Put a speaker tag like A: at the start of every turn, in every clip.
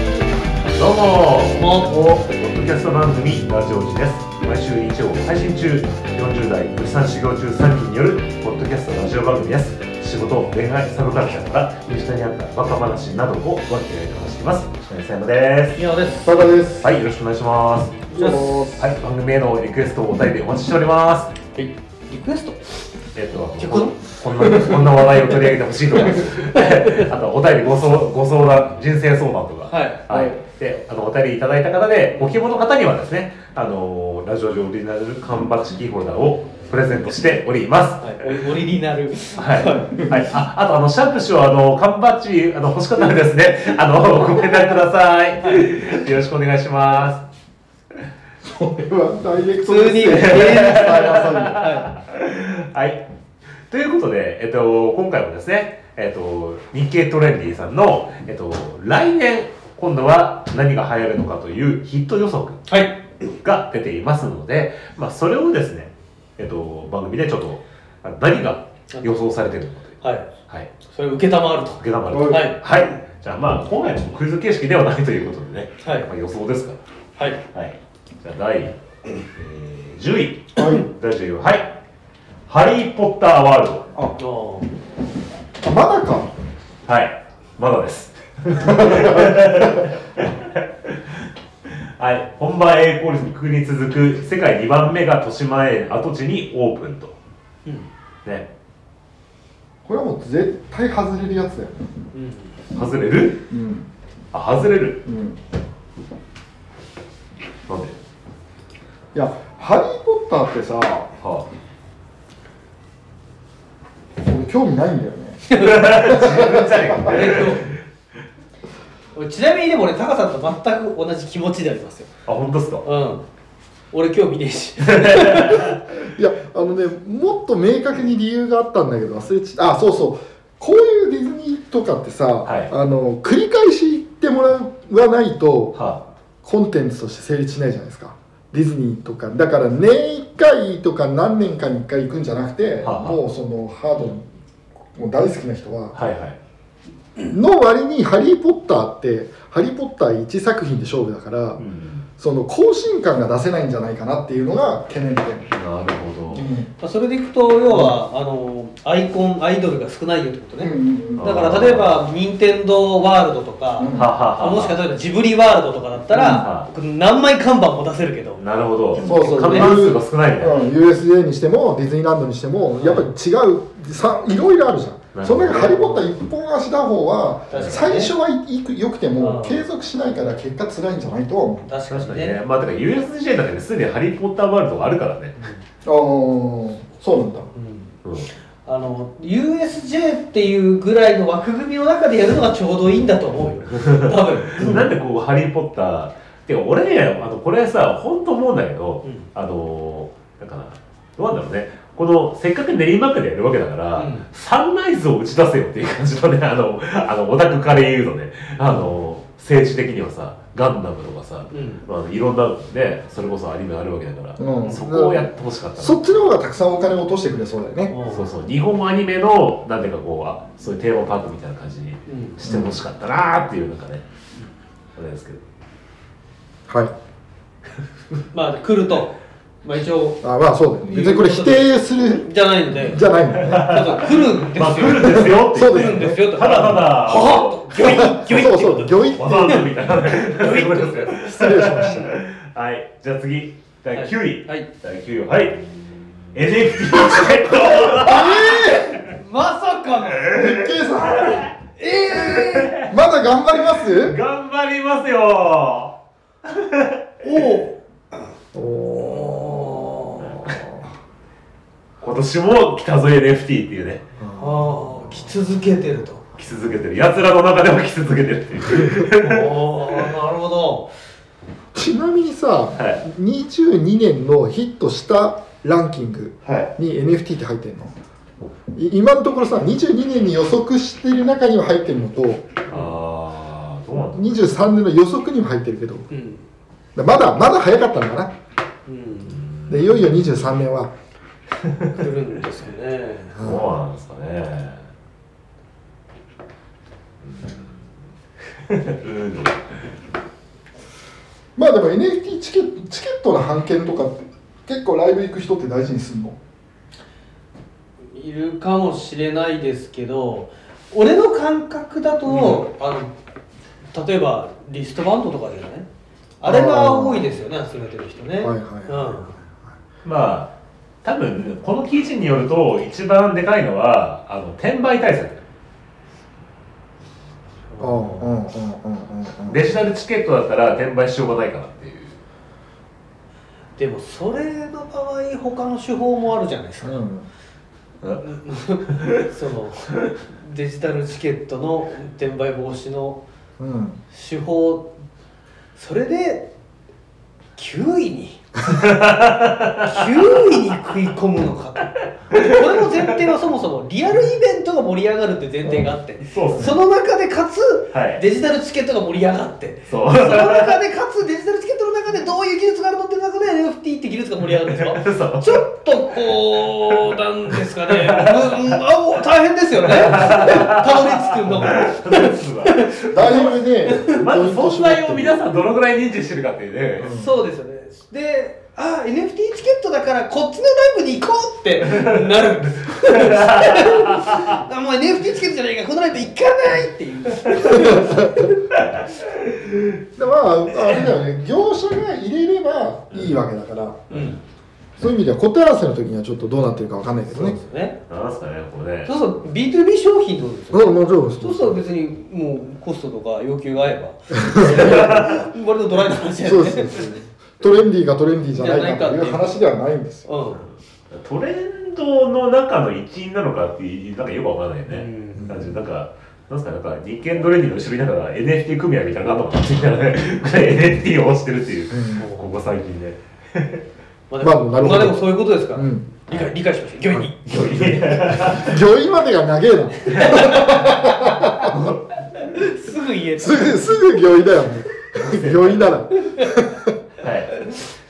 A: どうもおポッドキ
B: も
A: ャスト番組ラジオジです毎週日曜配信中40代物産修行中3人によるポッドキャストラジオ番組です仕事恋愛サブカルチャーから身近にあったバカ話などを分け合いで話しています吉成さやまで
B: 宮尾です。
C: バカです。
A: すはいよろしくお願いします
B: よ
A: はい番組へのリクエストをお便りお待ちしております
B: リクエスト。
A: えっと
B: 結婚
A: こんなこんな話題を取り上げてほしいとか あとお便りご相ご相談人生相談とか
B: はい。
A: はい
C: は、
A: であのお便りいただいた方でお希望の方にはですねあのラジオ上オリジナル缶バッジキーホルダーをプレゼントしております
B: はい。オリジナル。
A: はい、はい、ああとあのシャープ氏はあの缶バッジあの欲しかったらですねあのご連絡くださいよろしくお願いします
C: これはダイレクト
B: 普通に
C: メッセージ
A: はいということで、えっと、今回もですね、えっと、日経トレンディさんの、えっと、来年今度は何が流行るのかというヒット予測
B: はい。
A: が出ていますので、まあ、それをですね、えっと、番組でちょっとあの何が予想されてるのかという、
B: はい。
A: はい、
B: それを受けたまわると。
A: かけながら、
C: はい
B: はい。
A: はい、じゃあまあ今回もクイズ形式ではないということでね、
B: はい
A: まあ予想ですか
B: はい。
A: ら、はい、じゃあ第、えー、10位
C: はい
A: 第10位はい「ハリー・ポッター・ワールド
C: あ、
B: おー
C: あまだか。」
A: はいまだですはい、本場栄光陸に続く世界2番目が豊島園跡地にオープンと、
B: うん。
A: ね、
C: これはもう絶対外れるやつだよね。
B: うん。
A: 外れる
C: うん。
A: あ外れる
C: うん。
A: なんで
C: いや、ハリー・ポッターってさ、
A: は
C: 俺興味ないんだよね。
A: あ、じゃねえか
B: ちなみにでも俺高さんと全く同じ気持ちでありますよ。
A: あ本当ですか
B: うん。俺興味ねえし。
C: いや、あのね、もっと明確に理由があったんだけど忘れちあ、そうそう。こういうディズニーとかってさ、
A: はい
C: あの繰り返し言ってもらわないと
A: は
C: コンテンツとして成立しないじゃないですかディズニーとかだから年1回とか何年かに1回行くんじゃなくて、
A: はあはあ
C: もうそのハードにもう大好きな人は
A: あ、はいはい
C: の割に「ハリー・ポッター」って「ハリー・ポッター」1作品で勝負だから、
A: うん
C: その更新感が出せないんじゃないかなっていうのが懸念点、
A: なるほど
B: まあそれでいくと要はあのアイコンアイドルが少ないよってことね。
C: うん
B: だから例えば任天堂ワールドとか。
C: うん
A: はあはあはあ
B: もしか例えばジブリワールドとかだったら、何枚看板も出せるけど、
A: なるほど
C: そうそう
A: 看板数が少ないみたいな、
C: うん、USJ にしてもディズニーランドにしてもやっぱり違うさいろいろあるじゃ
A: なんる
C: そ
A: ほど
C: の中でハリー・ポッター」一本足打法は
B: 確かにね
C: 最初はいくよくて
B: うん
C: も継続しないから結果辛いんじゃないとは思
B: 確か
A: 確
B: に
A: かに
B: ね
A: ねまあだから USJ だけですでに「ハリー・ポッター・ワールド」があるからね、
C: うああそうなんだ
B: うん
A: うん
B: あの USJ っていうぐらいの枠組みの中でやるのがちょうどいいんだと思 うよ多分
A: なんでこう「ハリー・ポッター」てか俺ねあのこれさ本当思うんだけど、
B: うん
A: あのなんかなどうなんだろうねこのせっかく練馬区でやるわけだから、
B: うん
A: サンライズを打ち出せよっていう感じのねあのあのオタクから言うのねあの政治的にはさガンダムとかさ、
B: うん
A: まあ、いろんなねそれこそアニメあるわけだから、
C: うん
A: そこをやってほしかったな
C: そっちの方がたくさんお金を落としてくれそうだよね
B: うん
A: そうそう日本アニメのなんていうかこうあそういうテーマパークみたいな感じに
B: うん
A: してほしかったなーっていうなんかね、あれですけど
C: はい
B: まあ来ると、まあ、一応
C: あまあそうだよね別にこれ否定する
B: じゃないので
C: じゃないんだ よね
B: だから来るんですよ
A: まあ来るんですよって言って
C: そう
B: 来るんですよ
A: ただただ
B: はっギョイッギョイッ
C: そ
B: っ
C: う
B: てこ
C: そ
B: と
C: う魚い
A: わざわざみたいなねそういうことですよ
C: 失礼しました
A: はいじゃあ次第9位、
B: はいはい
A: 第9位はい NFT チケット
B: まさかの
C: 日経さん
B: ええ
C: まだ頑張ります
A: 頑張りますよ
B: お
C: おお
A: 今年も来たぞ NFT っていうね
B: おああ来続けてると
A: 来続けてる奴らの中でも来続けてるっていう
B: おおなるほど
C: ちなみにさ、
A: い
C: 22年のヒットしたランキング
A: はい
C: に NFT って入ってるのい今のところさ22年に予測してる中には入ってるのと
A: ああどうなんだ
C: 23年の予測にも入ってるけど
B: うん
C: だまだまだ早かったのかな
B: うん
C: でいよいよ23年は
B: 来るんですよね
A: どうなんですかね。 うんうん
C: まあでも NFT チケットチケットの版権とかって結構ライブ行く人って大事にすんの
B: いるかもしれないですけど俺の感覚だと、あの例えばリストバンドとかじゃないあれが多いですよね集めてる人ね、
C: はいはいはいは
A: まあ多分この記事によると一番でかいのはあの転売対策
C: ああうんうんうんうんうん
A: デジタルチケットだったら転売しようがないかなっていう
B: うん、でもそれの場合他の手法もあるじゃないですか、
C: うん
B: そのデジタルチケットの転売防止の
C: うん
B: 手法それで9位 に9位に食い込むのかとこれも前提はそもそもリアルイベントが盛り上がるって前提があって
A: そうっす
B: その中でかつ
A: はい
B: デジタルチケットが盛り上が って
A: そう
B: その中でかつデジタルチケットの中でどういう技術があるのっていう中で NFT って技術が盛り上がるんですよ
A: そう
B: ちょっとこうなんですかね、うん、あお大変ですよねたどり着くのが。
C: だいぶね
A: まず存在を皆
C: ん
A: さんどのぐらい認知してるかっていうね、
C: うん
B: そうですよねであ NFT チケットだからこっちのライブに行こうって なるんです あもう NFT チケットじゃないからこのライブ行かないっていう
C: でまああれだよね業者が入れればいいわけだから、
B: うん
C: そういう意味では答え合わせの時にはちょっとどうなってるかわかんないけど
B: そうで
C: ね
B: すよね
A: なんすかねこれね
B: そうそう B2B 商品ってことですよ、
C: うんもちろん
B: そうすると別にもうコストとか要求が合えば割とドライな話だ
C: そ
B: よ
C: う
B: ね
C: ですそうですトレンディーがトレンディーじゃないかという話ではないんです
B: うん
C: よ
A: トレンドの中の一員なのかっていうなんかよくわかんないよね、
B: うん
A: 感じなんかなんすかなんか日券トレンディの後ろにだから NFT 組合みたいなのがあったのかついたらね NFT を推してるっていう、
C: うん
A: ここ最近ね
B: まあでも,、
C: まあなるほど
B: まあ、でもそういうことですから、
C: うん
B: 理解理解しましたよに、
C: 魚いまでが長えな
B: すぐ言えた
C: すぐすぐ魚いだよね 魚いだな
A: はい、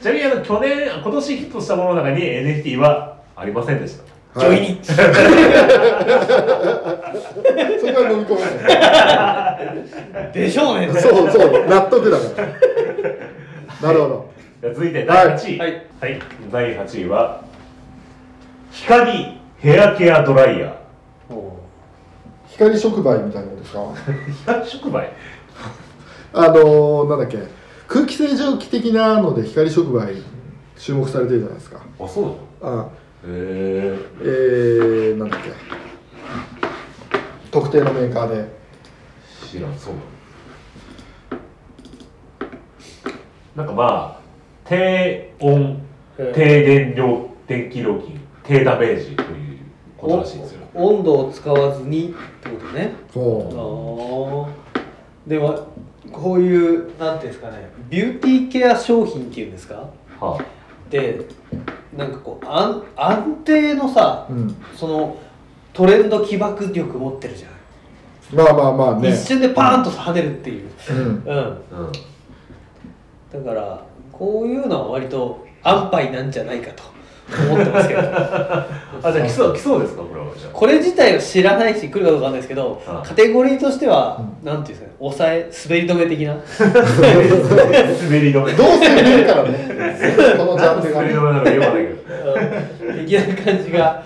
A: ちなみにあの去年今年ヒットしたものの中に NFT はありませんでした
B: ジョイニ
C: それは飲み込めない
B: でしょうね
C: そう そう納得だからなるほど
A: じゃあ続いて第8位
B: はい
A: はい、第8位は光ヘアケアドライヤ
B: も
C: 光触媒みたいなことですか
A: ー光触媒
C: あのー、なんだっけ空気清浄機的なので光触媒注目されてるじゃないですか
A: あそうなの
C: あ
A: へー
C: えー、なんだっけ特定のメーカーで
A: 知らんそうなのなんかまあ低温
B: うん
A: 低電量電気料金低ダメージということらしいんですよ
B: 温度を使わずにってことねあ
C: こ
B: ーでもこういうなんていうんですかねビューティーケア商品っていうんですか
A: は
B: でなんかこう安安定のさ
C: う、うん、
B: そのトレンド起爆力持ってるじゃな
C: まあまあまあ
B: い、
C: ね
B: 一瞬でパーンと跳ねるっていう
C: うん
B: うん
A: あ、うん
B: だからこういうのは割と安牌なんじゃないかと思ってますけ ど
A: あじゃあ来そう来そうですかこれはじゃ
B: これ自体を知らないし来るかどうかわかんないですけど
A: ああ
B: カテゴリーとしては、なんていうんですかね抑え滑り止め的な
A: あ 滑り止め
C: どうせ売れるからねこのジャンルが
A: 滑り
C: ね
A: 止めなのかよくわかんないけど
B: うん的な感じが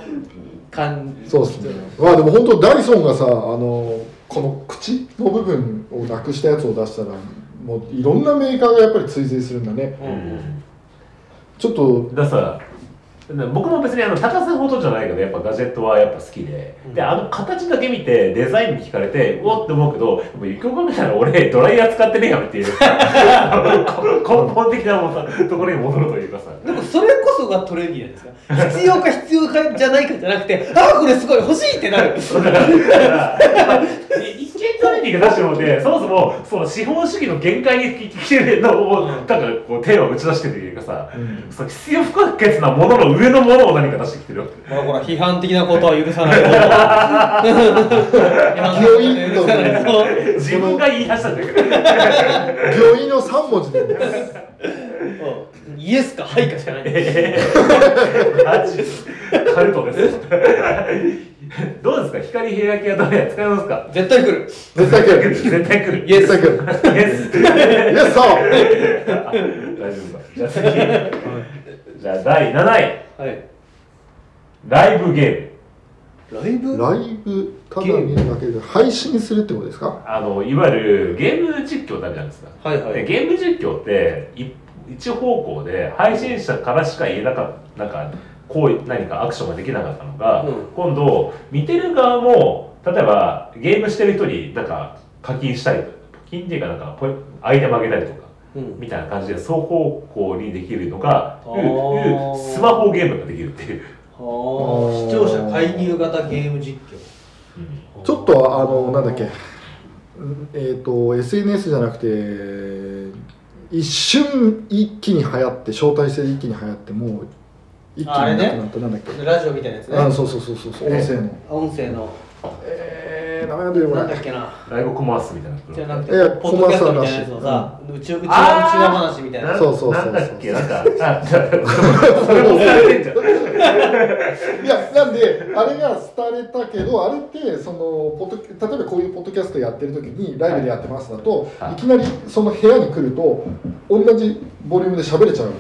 B: 感じ
C: そうですねまあでも本当ダイソンがさあのこの口の部分をなくしたやつを出したらもういろんなメーカーがやっぱり追随するんだね
B: う
A: うんん
C: ちょっと
A: だからさ僕も別にあの高さほどじゃないけどやっぱガジェットはやっぱ好きで、
B: うん
A: であの形だけ見てデザインに惹かれてうおって思うけどでもよく考えたら俺ドライヤー使ってねえやんっていうこ根本的なものところに戻るというかさ
B: でもそれこそがトレンディーじゃないですか必要か必要かじゃないかじゃなくて ああこれすごい欲しいってなる
A: 一見トレーニング出してもらってそもそもその資本主義の限界に来てるのをなんかこう手を打ち出してるというかさ、
C: うん
A: その必要不可欠なものの上のものを何か出してきてるわけ
B: ほらほら批判的なことは許さない 批判的なことは許さないそ う
A: 自分が言い出したんだけど
C: 病院の3文字で
B: うん イエスかはいかしかない
A: マジカルトです。どうですか、光ヘアケアドライヤー使いますか
B: 絶対来る
C: 絶対来る
A: 絶対来る
B: イエ
C: 絶
B: ス
C: 対来る
A: イエス
C: イエスさ
A: 大丈夫だじゃあ次じゃあ第7位
B: はい
A: ライブゲーム
B: ライブ
C: ライブただ見るだけで配信するってことですか
A: あのいわゆるゲーム実況ってあるじゃないですか
B: はいは
A: で
B: い
A: ゲーム実況って一一方向で配信者からしか言えなかったなんかこう何かアクションができなかったのが、
B: うん
A: 今度見てる側も例えばゲームしてる人になんか課金したりとか課金っていうかなんかこれアイテムあげたりとか
B: うん
A: みたいな感じで双方向にできるのがい
B: あー
A: うスマホゲームができるっていう、
B: あー視聴者介入型ゲーム実況
C: ちょっとあのなんだっけうんえっ、と SNS じゃなくて一瞬一気に流行って招待制で一気に流行ってもう一気に
B: あれ
C: なく
B: ね
C: なった、なんだっけ
B: ラジオみたいなやつね
C: あそうそうそうそうそう音声の
B: 音声の
C: えー、名前が出てこ
B: な
C: なん
B: だ
C: い
B: っけな
A: ライブコマースみたいなの
B: じゃなくて
C: いや
B: ポッドキャストみたいなやつをさうちうちはうちは話みたいな
A: な
C: そうそうそ
A: な
C: う
A: んだっけなんかあじゃあそれもされてんじゃん
C: いやなんであれが廃れたけどあれってそのポッド例えばこういうポッドキャストやってる時にライブでやってますだと、
A: はい
C: い、きなりその部屋に来ると同じボリュームで喋れちゃう
B: うん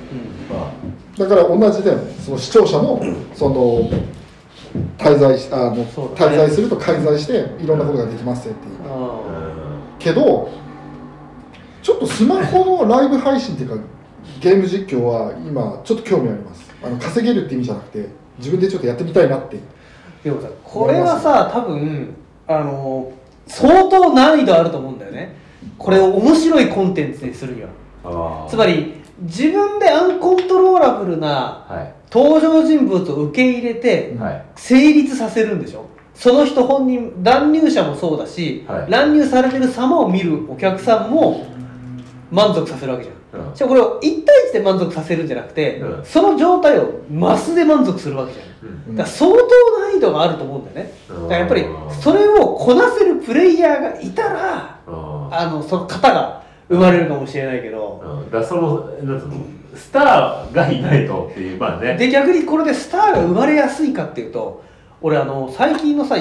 A: ま
C: だから同じだよねその視聴者のその滞在しあの
B: そうだね
C: 滞在すると介在していろんなことができますよっていう
A: あ
B: あ
C: けどちょっとスマホのライブ配信っていうかゲーム実況は今ちょっと興味ありますあの稼げるって意味じゃなくて自分でちょっとやってみたいなって
B: ーでもさこれはさ多分あの相当難易度あると思うんだよねこれを面白いコンテンツにするには
A: あ
B: つまり自分でアンコントローラブルな
A: はい
B: 登場人物を受け入れて
A: はい
B: 成立させるんでしょその人本人乱入者もそうだし、
A: はい
B: 乱入されてる様を見るお客さんも満足させるわけじゃん
A: うん
B: じゃあこれを1対1で満足させるんじゃなくて、
A: うん
B: その状態をマスで満足するわけじゃん
A: うん
B: だから相当難易度があると思うんだよねだからやっぱりそれをこなせるプレイヤーがいたら
A: あ
B: あのその方が生まれるかもしれないけど、
A: ーうんだからそのなんつうのスターがいないとっていうまあね
B: で逆にこれでスターが生まれやすいかっていうと俺あの最近のさ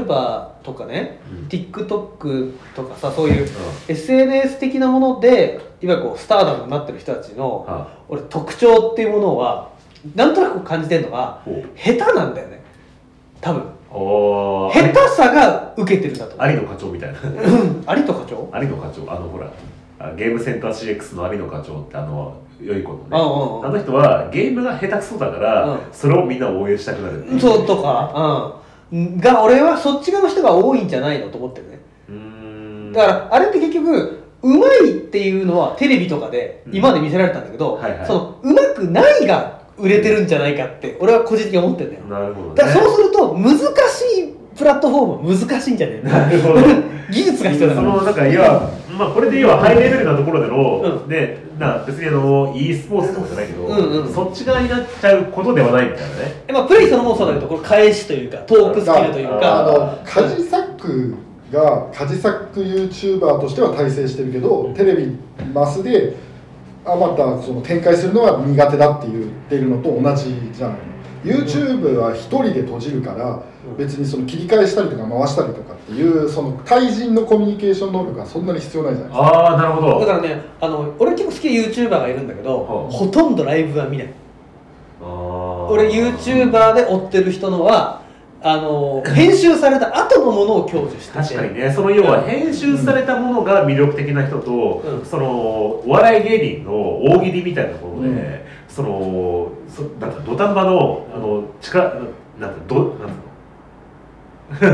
B: YouTuber とかね、
A: うん
B: TikTok とかさそういう
A: うん
B: SNS 的なものでいわゆるこうスターダムになってる人たちの
A: は
B: 俺特徴っていうものはなんとなく感じてるのが
A: ほう
B: 下手なんだよね多分
A: おー
B: 下手さが受けてるんだと思う
A: 有野課長みたいな
B: 有野課長
A: 有野課長あのほらあゲームセンター CX の有野課長ってあの良い子のね
B: うんうんうん
A: あの人はゲームが下手くそだから、
B: うん
A: それをみんな応援したくなる
B: そうとか、うん、が俺はそっち側の人が多いんじゃないのと思ってるね
A: うーん
B: だからあれって結局うまいっていうのはテレビとかで
A: うん
B: 今まで見せられたんだけど、
A: はいはい
B: そのうまくないが売れてるんじゃないかって俺は個人的に思ってるんだよ、
A: なるほどね
B: だからそうすると難しいプラットフォームは難しいんじゃないの
A: なるほど
B: 技術が必要だか
A: そ
B: ら
A: のなんかいや、まあ、これで要はハイレベルなところでの、
B: う
A: ねな別にあの e スポーツとかじゃないけど
B: うんうん
A: そっち側になっちゃうことではないみたいなね
B: まあ、プレイそのものもそうだけどこれ返しというかトークスキルという
A: あ
B: か
C: あのカジサックがカジサック YouTuber としては大成してるけどテレビマスであまたその展開するのは苦手だって言ってるのと同じじゃない YouTube は一人で閉じるから別にその切り返したりとか回したりとかっていうその対人のコミュニケーション能力がそんなに必要ないじゃないで
A: ああなるほど
B: だからねあの俺結構好きな YouTuber がいるんだけど、
A: はあ
B: ほとんどライブは見ない
A: あー
B: 俺 YouTuber で追ってる人のはあの編集された後のものを享受してて
A: 確かにねその要は編集されたものが魅力的な人と、
B: うん
A: そのお笑い芸人の大喜利みたいなもので、そのそなんか土壇場のあの力なんかどな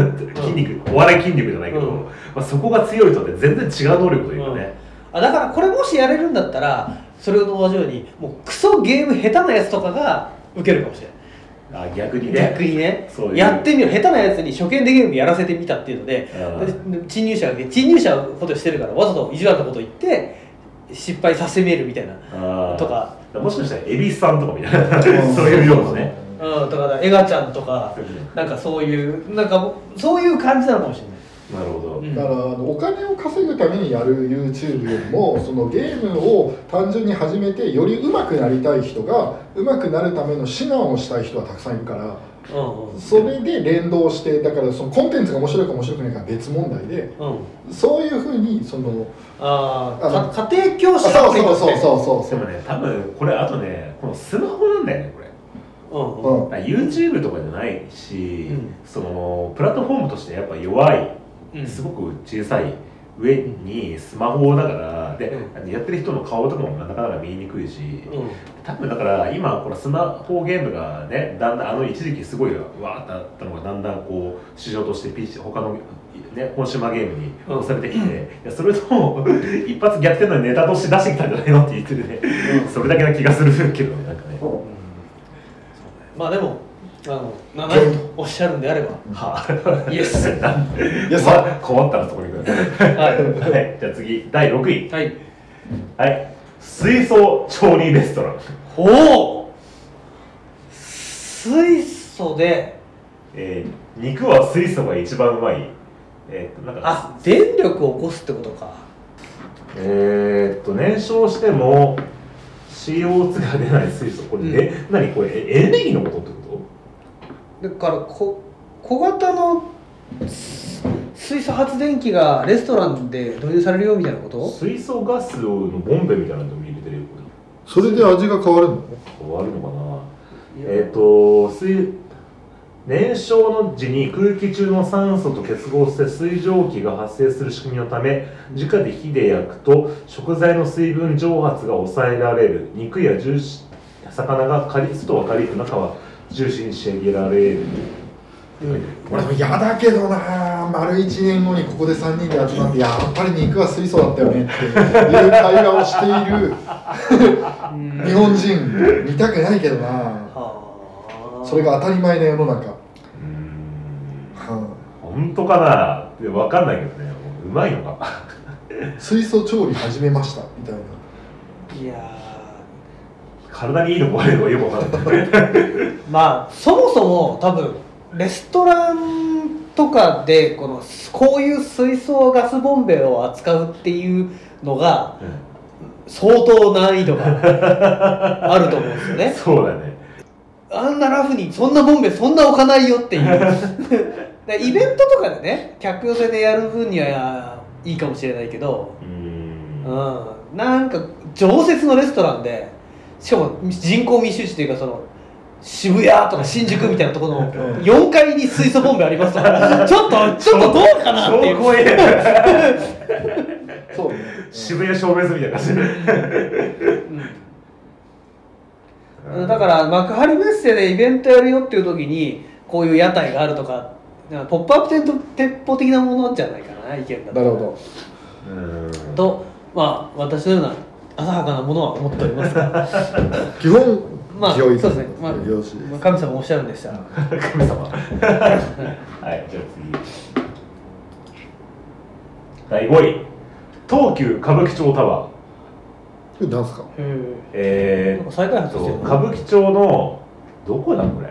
A: んつう の筋肉、お笑い筋肉じゃないけど、
B: うん
A: まあ、そこが強い人って全然違う能力というかね、
B: あだからこれもしやれるんだったらそれと同じようにもうクソゲーム下手なやつとかが受けるかもしれない
A: あ逆にね
B: 逆にね
A: そういう
B: やってみろ下手なやつに初見でゲームやらせてみたっていうので
A: う
B: で侵入者が侵入者のことしてるからわざと意地悪なこと言って失敗させめるみたいな
A: あー
B: とか
A: もしかしたら蛭子さんとかみたいな
C: すか
A: そういうようなね
B: うんとかだエガちゃんとかなんかそういうなんかそういう感じなのかもし
A: なるほど、
B: れ
C: だ
B: な
C: か
B: い、
C: らあのお金を稼ぐためにやる YouTube よりもそのゲームを単純に始めてより上手くなりたい人が上手くなるための指南をしたい人はたくさんいるから
B: うんうん
C: それで連動してだからそのコンテンツが面白いか面白くないかは別問題で
B: うん
C: そういうふうにその
B: あ
C: あの
B: あ家庭教
C: あ
B: 師
C: そう
B: だ
C: そ
B: ってこ
C: う
B: と
C: そう
B: ね
C: そう
A: で
C: そう
A: もね多分これあとねこのスマホなんだよねこれ
B: うんうん
C: うん
A: だから YouTube とかじゃないし、
B: うん
A: そのプラットフォームとしてやっぱ弱い
B: うん
A: すごく小さい上にスマホだからで
B: う
A: やってる人の顔とかもなかなか見えにくいし
B: うん
A: 多分だから今このスマホゲームがねだんだんあの一時期すごいわーってあったのがだんだんこう市場として PC 他のねコンシューマーゲームに押されてきて、いやそれと 一発逆転のネタとして出してきたんじゃないのって言ってるねそれだけな気がするけどねなんかね
B: うんまあでもあの長い
C: ゲー
B: とおっしゃるんであれば
A: はあ
B: イエス
A: なんで
C: いや
A: 困
C: さ
A: 困ったらそこに行く
B: は
A: はいじゃあ次第6位
B: いはい
A: はい水槽調理レストラン
B: おお水素で
A: えー肉は水素が一番うまいえーっとなんか
B: あ電力を起こすってことか
A: えーっと燃焼しても CO2 が出ない水素これね、何これえエネルギーのことってこ
B: だからこ小型のす水素発電機がレストランで導入されるよみたいなことと
A: 水素ガスをのボンベみたいなのに入れてるよこれ
C: それで味が変わるの
A: 変わるのかなえーっと水燃焼の時に空気中の酸素と結合して水蒸気が発生する仕組みのため直で火で焼くと食材の水分蒸発が抑えられる肉やジューシー魚がカリ外はカリッと中はジューシーに仕上げられる、
C: 俺も嫌だけどな丸1年後にここで3人で集まってやっぱり肉は水素だったよねっていう会話をしてい
B: うん
C: る日本人見たくないけどな
B: はあ
C: それが当たり前な世の中、
A: うーん
C: は
A: 本当かないやわかんないけどねうまいのかな
C: あ水素調理始めましたみたいない
B: や
A: 体にいいのか悪いのかよくわかんない
B: ーまあそもそも多分レストランとかでこのこういう水素ガスボンベを扱うっていうのが相当難易度があると思うんですよね
A: そうだね
B: あんなラフにそんなボンベそんな置かないよっていう でイベントとかでね客寄せでやる分にはいいかもしれないけど、
A: うー
B: うんん、なんか常設のレストランでしかも人口密集地というかその渋谷とか新宿みたいなところの
C: うん
B: 4階に水素ボンベありますからちょっとちょっとどうかなってい
A: 超
B: う
A: 怖え
C: そうね
A: 渋谷証明するみたいな感じ
B: うんだから幕張メッセでイベントやるよっていう時にこういう屋台があるとかなんかポップアップ店と鉄砲的なものじゃないかな意見だと
C: なるほど
A: うーん
B: とまあ私のような浅はかなものは思っておりますが
C: 基本
B: まあ
C: 清
B: そう
C: い
B: ですね、まあ
C: よし、
B: まあ、神様おっしゃるんでしたら
A: 神様 はいじゃあ次第5位東急歌舞伎町タワー
C: これなんすか
A: え
B: なん
A: ー
B: か
A: っ
B: 再開発
A: と
B: してるの
A: 歌舞伎町のどこだこれ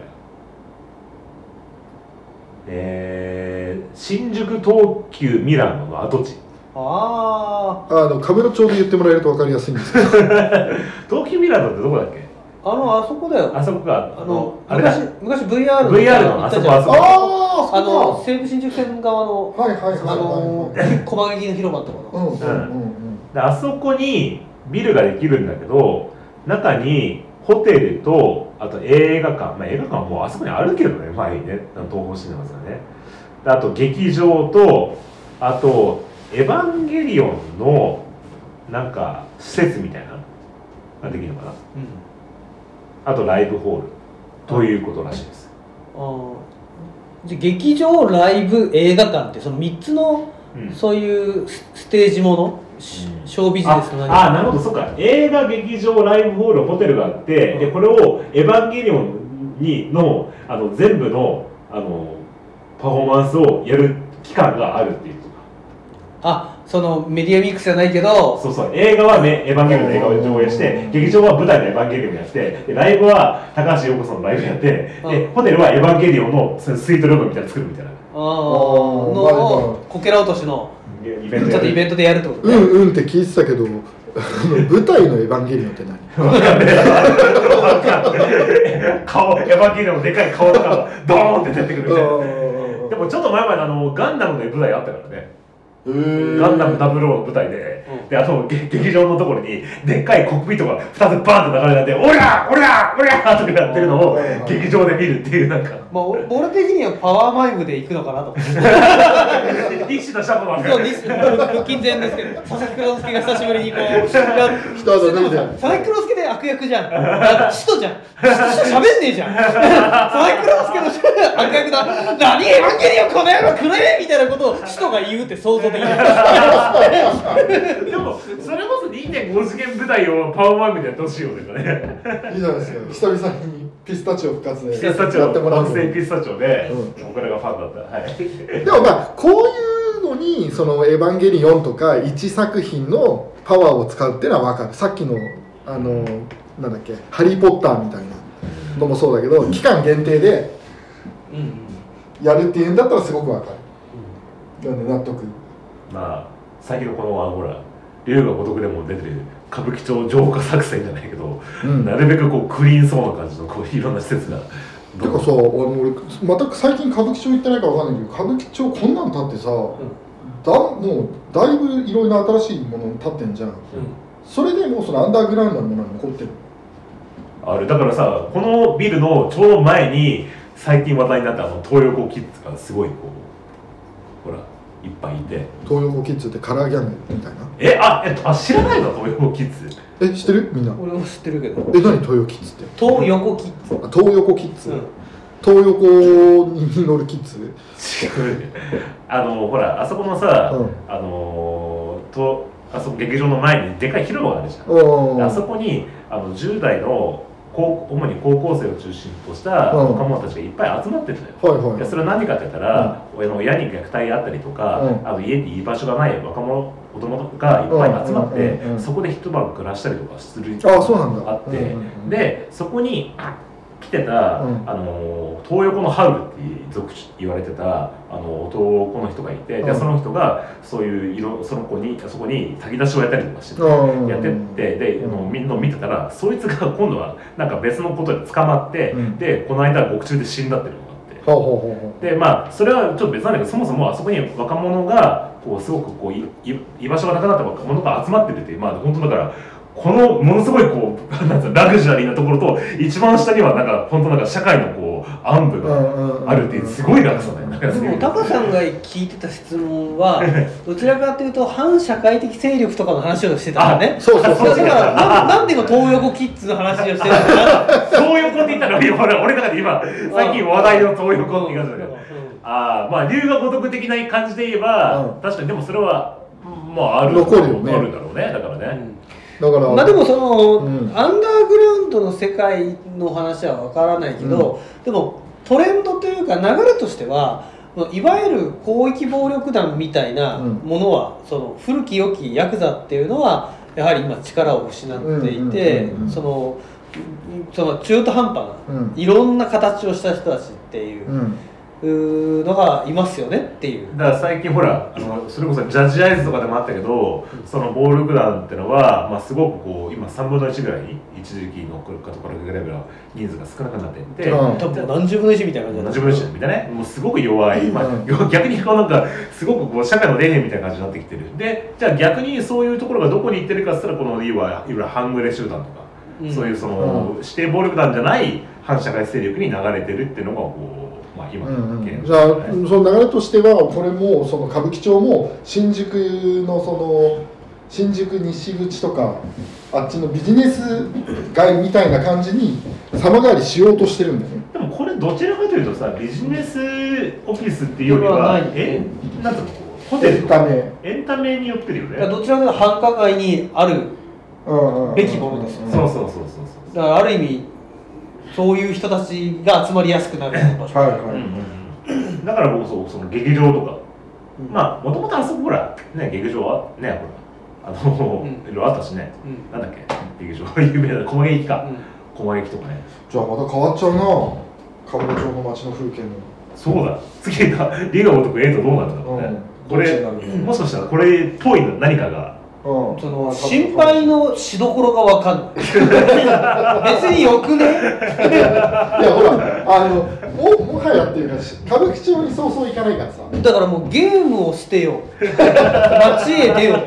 A: えー、新宿東急ミラノの跡地
B: あ
C: あのカメラ帳で言ってもらえると分かりやすいんですけど
A: 東急ミラノってどこだっけ
B: ああのあそこだよ
A: あそこか
B: あ
A: あ
B: の
A: のあれだ
B: 昔昔 VR の
A: VR のあそこ
B: 行っ
A: あ
B: たじゃん
A: そこ
C: あ
B: あの西武新宿線側の
C: はいはいはいはい
B: あのー小間劇の広場のとこ
C: う
B: ろの
C: んうんうん
A: であそこにビルができるんだけど中にホテルとあと映画館、まあ、映画館はもうあそこにあるけどね前にね東宝シネマズがねであと劇場とあと「エヴァンゲリオン」のなんか施設みたいなのができるのかなあとライブホールということらしいです、
B: うんあーじゃあ劇場ライブ映画館ってその3つの
A: うん
B: そういうスステージもの、し
A: うん
B: ショービジネスの何
A: ああな
B: か
A: るほどそっか映画劇場ライブホールホテルがあって、
B: うん
A: でこれを「エヴァンゲリオンに」のあの全部のあのパフォーマンスをやる期間があるっていう
B: あそのメディアミックスじゃないけど
A: そうそう映画は、ね「エヴァンゲリオン」の映画を上映して劇場は舞台の「エヴァンゲリオン」やってでライブは高橋洋子さんのライブやってで
B: うん
A: ホテルは「エヴァンゲリオンの」そのスイートルームみたいなの作るみたいな
B: あーの
C: あーまあまあ
B: こけら落としの
A: イベント
B: ちょ
A: や
B: っとイベ
A: る
B: ントでやるってこと
D: う
B: ね
D: んうんって聞いてたけど、あの舞台のエヴァンゲリオンって 何
A: 顔エヴァンゲリオンのでかい顔とかがドーンって出てくるみたいなでもちょっと前まであのガンダムの舞台あったからね
C: へー
A: ガンダムダブルの舞台で、
B: うん
A: であのげ劇場のところにでっかいコックピットが2つバーンと流れて「オラーオラーオラー!」とかやってるのを
C: うんうんうん
A: 劇場で見るっていうなんか
B: まあ俺俺的にはパワーマイムで行くのかなと思って
A: 一種のシャコマン
B: そう
A: が
B: に腹筋全ですけど佐々木蔵介が久しぶりにこうやっ佐
D: 肌脱いで
B: 々木蔵介で悪役じゃんだって使徒じゃん使徒しゃべんねえじゃん 佐々木蔵介の悪役だ何エヴァンゲリオンこの野郎くれみたいなことを使徒が言うって想像できない
A: でもそれこそ2.5次元舞台をパワーマークでやってほしいよねなんかね
C: いいじゃないですか久々にピスタチオ復活で
A: ピスタチ
C: や
A: オ
C: ってもらう
A: 学
C: の
A: 生ピスタチオで、
D: う
A: 僕らがファンだったは い
D: でもまあこういうのにその「エヴァンゲリオン」とか1作品のパワーを使うっていうのは分かるさっきのあのなんだっけ「ハリー・ポッター」みたいなのもそうだけど期間限定で
B: うんうん
C: やるっていうんだったらすごくわかるなんで納得
A: まあ最近のこのあのほら龍が如くでも出てる歌舞伎町浄化作戦じゃないけど、
D: うん
A: なるべくこうクリーンそうな感じのこういろんな施設が
D: て
A: どんど
D: か
A: ん
D: さあの俺
C: 全く最近歌舞伎町行ってないからわかんないけど歌舞伎町こんなん立ってさ、だもうだいぶいろいろな新しいもの立ってんじゃんそれでもうそのアンダーグラウンドのものが残ってる
A: あれだからさこのビルのちょうど前に最近話題になったあの東横キッズがすごいこうほらいっぱいいて
D: 東洋キッズってカラーギャングみたいな
A: えあえっとあ知らないの東横キッズ
D: え知ってるみんな
B: 俺も知ってるけど
D: え何東洋キッズって
B: と横切っ
D: あ東横キッズ、
B: うん
D: 東横に乗るキッズ
A: 違うね あのほらあそこのさ、
D: う
A: あのーとあそこ劇場の前にでかい広場があるじゃん
D: うん
A: あそこにあの10代の高主に高校生を中心とした
D: うん
A: 若者たちがいっぱい集まってるのよ、
D: はいはい
A: でそれは何かって言ったら、親の親に虐待あったりとか、
D: うん
A: あの家に居場所がない若者子供がいっぱい集まって、
D: うんうんうん
A: そこで一晩暮らしたりとかする
D: あそうなんだ
A: あって、
D: うんうんうん
A: でそこに来てた、
D: ん
A: あの東横のハウルって俗称言われてたあの男の人がいて、
D: う
A: で
D: ん
A: その人がそういう色その子にそこに炊き出しをやったりとかしてて
D: うん
A: やってってで、
D: うん
A: あのみんな見てたらそいつが今度はなんか別のことで捕まって、
D: うん
A: でこの間獄中で死んだっていうのがあっ
D: ほ
A: て
D: うほうほうほう
A: でまあそれはちょっと別なんだけどそもそもあそこに若者がこうすごくこういい居場所がなくなった若者が集まってるっていうまあ本当だからこのものすごいこう なんつうのラグジュアリーなところと一番下にはなんか本当なんか社会のこう暗部があるっていうすごい落差だよね。
B: でもタカさんが聞いてた質問 はどちらかというと反社会的勢力とかの話をしてたんだね
D: そうそう
B: だ
D: そう
B: からななんで今東横キッズの話をしてるのかな
A: 東横って言ったらいや俺俺の 中で今最近話題の東横って言い方だけど。ああまあ龍が如く的な感じで言えば、
D: うん
A: 確かにでもそれはうんまあある
D: 残るよね
A: あるだろうねだからね、
D: だから、
B: まあでもその、
D: うん
B: アンダーグラウンドの世界の話はわからないけど、でもトレンドというか流れとしてはいわゆる広域暴力団みたいな
D: うん
B: ものは、その古き良きヤクザっていうのはやはり今力を失っていて、
D: うんうんうんうん
B: そのその中途半端な、
D: うん、
B: いろんな形をした人たちっていううんうーのがいますよねっていう。
A: だから最近ほらあのそれこそジャッジアイズとかでもあったけどその暴力団ってのは、まあ、すごくこう今3分の1ぐらいに一時期の方から比べれば人数が少なくなっていって、
D: うん
B: 多分何十分の一みたいな感じ
A: 同
B: だ
A: じ分子みたいなねもうすごく弱い、ま
D: うん
A: あ、 逆にこうなんかすごくこう社会の底辺みたいな感じになってきてるでじゃあ逆にそういうところがどこに行ってるかっつったらこのいわゆる半グレ集団とか、
B: うん
A: そういうその、指定暴力団じゃない反社会勢力に流れてるっていうのがこう、まあ、今
D: う
A: の
D: ん
A: 現
D: うん、じゃあ
A: 状ね
D: うん
C: その流れとしてはこれもその歌舞伎町も新宿のその新宿西口とかあっちのビジネス街みたいな感じに様変わりしようとしてるんだよね
A: でもこれどちらかというとさビジネスオフィスっていうより
B: これは
A: は
B: ないね
A: えなんていうのホテ
C: エ
A: ル
C: ン
A: とか
C: タメ
A: エンタメによってるよね
B: いやどちらかというと繁華街にある
C: うんうん
B: べきものですよね
A: そうそうそうそうそう
B: だからある意味そういう人たちが集まりやすくなるような場所、
C: はいはい、
A: だから僕そうその劇場とか、
B: うん
A: まあもともとあそこほらね劇場はねほらあの、
B: うん
A: いろいろあったしね
B: うん
A: なんだっけ劇場 有名な駒劇か、
B: うん
A: 駒劇とかね
C: じゃあまた変わっちゃうな歌舞伎町の街の風景も
A: そうだ次が龍が如くエイトどうなるんだろうね、
C: うん
A: こ
D: どっち
A: れ
D: になるの
A: もしかしたらこれっぽいの何かが
D: うん
B: その心配のしどころがわかんない 別によくね
D: いやほら
C: あの ももはやっていうかし歌舞伎町にそうそう行かない からさ
B: だからもうゲームを捨てよう街へ出よう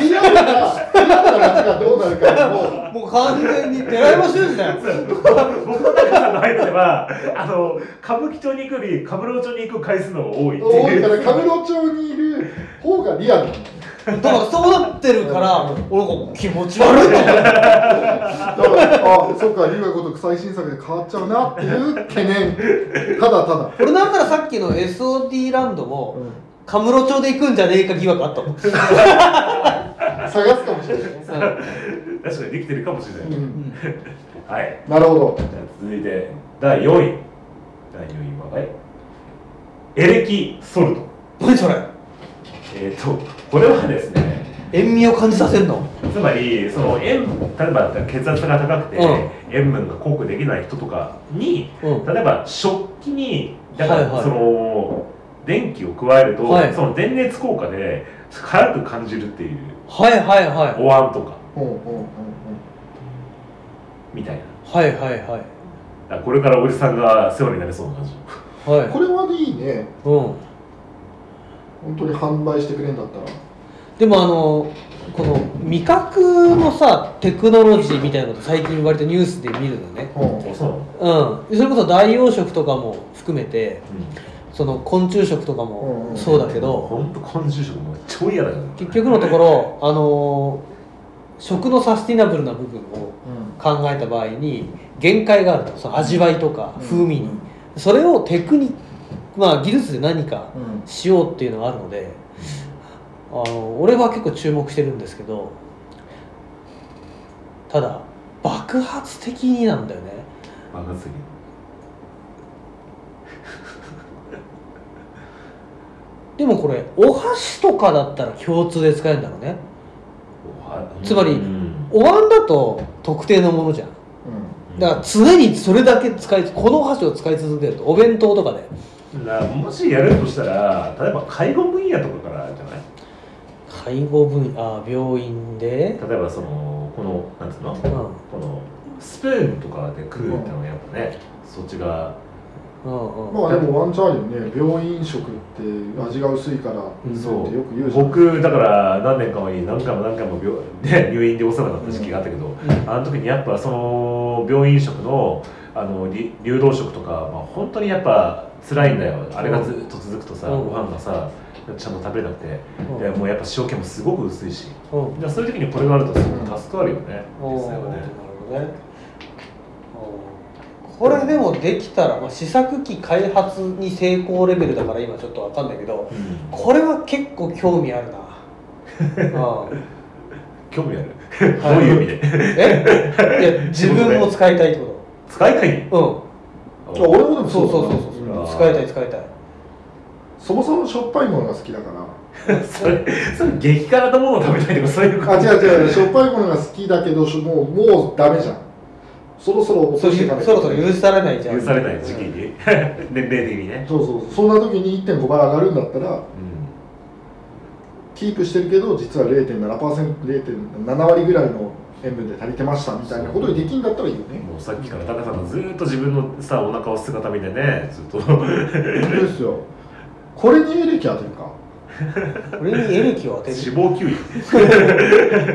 C: リアルなリアルな街がどうなるかも
B: もう完全に寺山修司だよ
A: 僕の中さんの間ではあの歌舞伎町に行くより歌舞伎町に行く回数の方が多いって
C: 多
A: い
C: いうからカムロ町にいる方がリアルなの
B: だからそうなってるから俺こう気持ち悪いと思う
D: だからあそっか龍が如く最新作で変わっちゃうなっていう懸念ただただ
B: 俺なんならさっきの SOD ランドも
D: うん
B: カムロ町で行くんじゃねえか疑惑あったもん
C: 探すかもしれないね
A: 確かにできてるかもしれない、
D: うん
A: はい
D: なるほど
A: じゃあ続いて第4位第4位ははいエレキソルト
B: 何それ
A: えっ、とこれはですね
B: 塩味を感じさせるの
A: つまりその塩例えば血圧が高くて、
B: うん
A: 塩分が濃くできない人とかに、
B: うん
A: 例えば食器にだから、
B: はいはい
A: その電気を加えると、
B: はい
A: その電熱効果で辛く感じるっていう
B: はいはいはい
A: お椀とか
D: うんうんうんうん
A: みたいなだ
B: はいはいはい
A: からこれからおじさんが世話になりそうな感じ
B: はい
D: これはいいね
B: うん
D: 本当に販売してくれんだったら
B: でもあのこの味覚のさテクノロジーみたいなこと最近割とニュースで見るのね
D: うん
A: あそうなの
B: うんそれこそ代用食とかも含めてその昆虫食とか
D: うん
B: も
D: うん
B: そうだけど
A: 本当昆虫食も超嫌だよ
B: 結局のところあの食のサスティナブルな部分を考えた場合に限界があるとその味わいとか風味にそれをテクニまあ技術で何か
D: うん
B: しようっていうのがあるのであの俺は結構注目してるんですけどただ爆発的になんだよね
A: 爆発的
B: でもこれお箸とかだったら共通で使えるんだろうねつまり
A: うん
B: お椀だと特定のものじゃんだから常にそれだけ使いこのお箸を使い続けるとお弁当とかで
A: なもしやるとしたら例えば介護分野とかからじゃない
B: 介護分あ病院で、
A: 例えばそのこのなんつうの
B: うん
A: このスプーンとかで食うってのはやっぱね、そっちが
B: うんうん
D: まあでもワンチャンあるよね病院食って味が薄いから
B: うん
A: そう
D: ってよく言うじゃん
A: 僕だから何年か前に何回も何回も病、ね、入院でお世話になった時期があったけど、
B: ん
A: あの時にやっぱその病院食のあのり流動食とか、まあ、本当にやっぱ辛いんだよあれがずっと続くとさ、
B: うん
A: ご飯がさちゃんと食べれなくて、
B: うん
A: でもうやっぱ塩気もすごく薄いし
B: うん
A: じゃあそういう時にこれがあるとすごく助かるよね、
B: お
A: 実
B: ー
A: 際は
B: なる
A: ね
B: ほどねこれでもできたら、まあ、試作機開発に成功レベルだから今ちょっとわかんないけどこれは結構興味あるなうん
A: 興味あるどう
B: はい
A: いう意味で
B: えいや自分も使いたいってこ
A: 使いたい
B: と
D: あ俺もで
B: う
D: も
B: んそうそうそう
D: だ
B: そう
D: な
B: そ
A: ん
B: う使いたい使いたい
D: そもそもしょっぱいものが好きだから
A: それそれ激辛なものを食べたいとかそういうこと
D: あ違う違うしょっぱいものが好きだけどしょもうもうダメじゃんそろそろ落
B: そ
D: と
B: う
D: していかない
B: そ
D: と
B: ろそろ許されないじゃん
A: 許されない時期に 年齢的にね、
D: そうそうそんな時に1.5倍上がるんだったらキープしてるけど実は 0.7%0.7 割ぐらいの塩分で足りてましたみたいなことにできんだったらいいよね
A: もうさっきから高さんがずーっと自分のさお腹を姿見てねずっと
D: そうですよこれにエレキ当てるか
B: これにエレキを当て
A: 脂
B: る
A: 肪吸引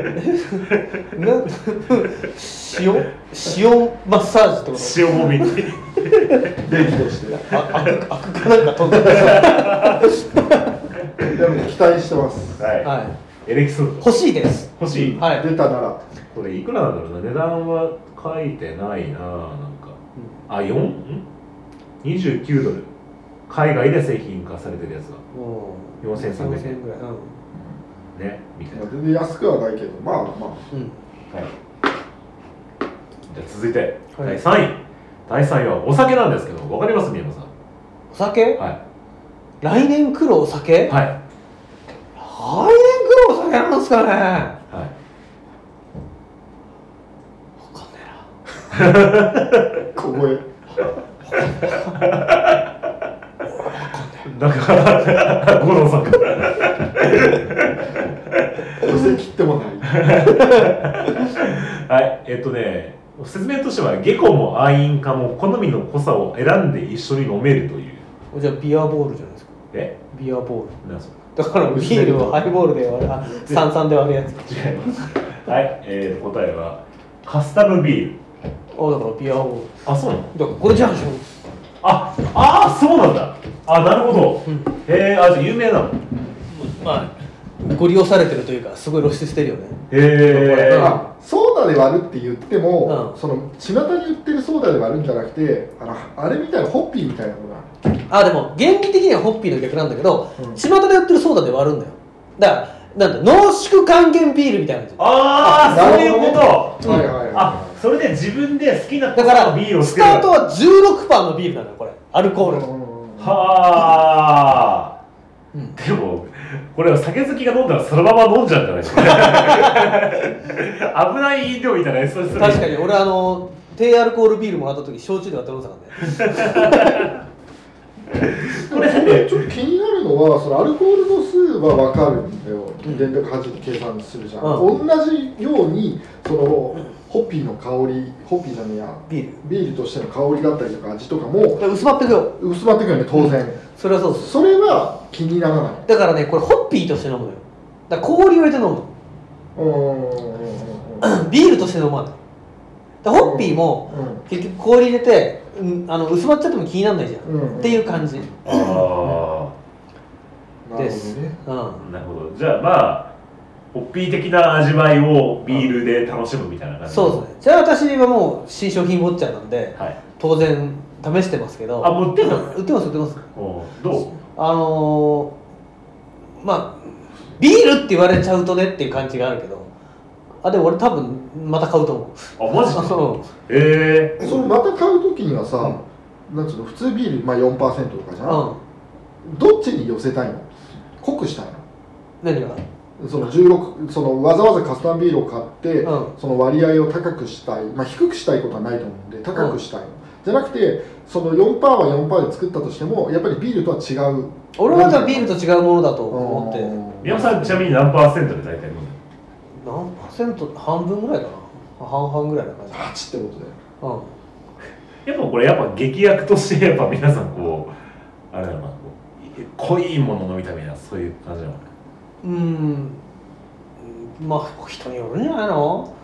B: な塩塩マッサージってこと
A: 塩もみに
D: 電気として
B: ああくかなんか飛んでる
D: でも期待してます、
A: はい、
B: は
A: エレキソル
B: い
A: ト
B: 欲しいです
A: 欲しい、
B: はい
D: 出たなら
A: これいくらなんだろうな値段は書いてないななんかあ四ん ?29 ドル海外で製品化されてるやつが
B: うん
A: 4300円
B: ぐらい、うん
A: ねみたいな、はい、
D: 全然安くはないけどまあま
B: うん、
A: じゃあ続いて、
B: はい
A: 第3位第3位はお酒なんですけどわかります宮本さん
B: お酒
A: は
B: 来年来るお酒、
A: いはい
B: 来年来るお酒なんですかね
A: はい
B: 分かんないな
D: あ小声
A: だから、五郎さんから。
C: 寄せ切ってもない
A: はい、えっとね、説明としては、下戸も愛飲家も好みの濃さを選んで一緒に飲めるという。
B: じゃあビアボールじゃないですか
A: え、
B: ビアボール
A: なんそれ。
B: だからビールをハイボールで割るあ三三で割るやつ
A: 違います。はい、えー、答えは、カスタムビール。
B: あだからビアボー
A: あ、そうなの
B: ルだからこれじゃんしょ
A: あ、あーそうなんだ。あ、なるほど。へえー、あ、じゃあ有名なの。
B: まあご利用されてるというかすごい露出してるよね
A: へえー。
C: あソーダで割るって言っても、
B: うん
C: その巷に売ってるソーダで割るんじゃなくてあのあれみたいなホッピーみたいなのが
B: あでも原理的にはホッピーの逆なんだけど、
C: うん
B: 巷で売ってるソーダで割るんだよだからなんだ濃縮還元ビールみたいな感じ
A: あー、
C: な
A: そういう
C: るほどね
A: こと。
C: はいはいはい
A: あ、それで自分で好きな
B: だから
A: ビールを
B: ス
A: 作
B: タ
A: る。
B: ートは16%のビールなのよこれアルコールの
C: は
A: はあ。
B: うん
A: でも、これは酒好きが飲んだらそのまま飲んじゃうんじゃないですか危ない飲料みたいなやつです
B: 確かに俺あの低アルコールビールもらった時焼酎で割って飲んでたからね
C: これちょっと気になるのはそのアルコール度数は分かるんだよ
B: ん
C: 0.8で計算するじゃん、
B: う
C: 同じようにそのホッピーの香りホッピーじゃねえや
B: ビール
C: ビールとしての香りだったりとか味とかも
B: で薄まってくよ
C: 薄まってくるよね当然、
B: それはそうです
C: それは気にならない
B: だからねこれホッピーとして飲むのよだから氷を入れて飲むの
C: うーん
B: ビールとして飲まないだからホッピーも
C: う
B: 結局氷入れて、うん、あの薄まっちゃっても気にならないじゃん、
C: うん
B: っていう感じうん
A: あ
C: んな
B: で
C: る
B: す
C: ほどね
A: あ、なるほど。じゃあまあ、ホッピー的な味わいをビールで楽しむみたいな感じ
B: そうですねじゃあ私はもう新商品坊ちゃんなんで
A: はい。
B: 当然試してますけど
A: あもう売ってんの
B: 売ってます売ってます
A: おうどう
B: あのー、まあビールって言われちゃうとねっていう感じがあるけどあでも俺多分また買うと思う
A: あ、マジ
B: あそ
A: でえ
C: そのまた買う時にはさ、なんつうの普通ビール、まあ、4%とかじ
B: う
C: ゃ、
B: うんん
C: どっちに寄せたいの濃くしたいの
B: 何が
C: その16そのわざわざカスタムビールを買って、
B: うん
C: その割合を高くしたい、まあ、低くしたいことはないと思うんで高くしたいの、じゃなくてその4%は4%で作ったとしてもやっぱりビールとは違う
B: 俺はじゃあビールと違うものだと思って
A: ー、宮本さんちなみに何パーセントで大体飲む
B: 何パーセント半分ぐらいかな半々ぐらいな感じ
C: 8ってことだよ
B: うん
A: やっぱこれやっぱ劇薬としてやっぱ皆さんこう、あれだな、こう濃いもの飲みたいな、そういう感じなのかな
B: うーんまあ人によるんじゃないの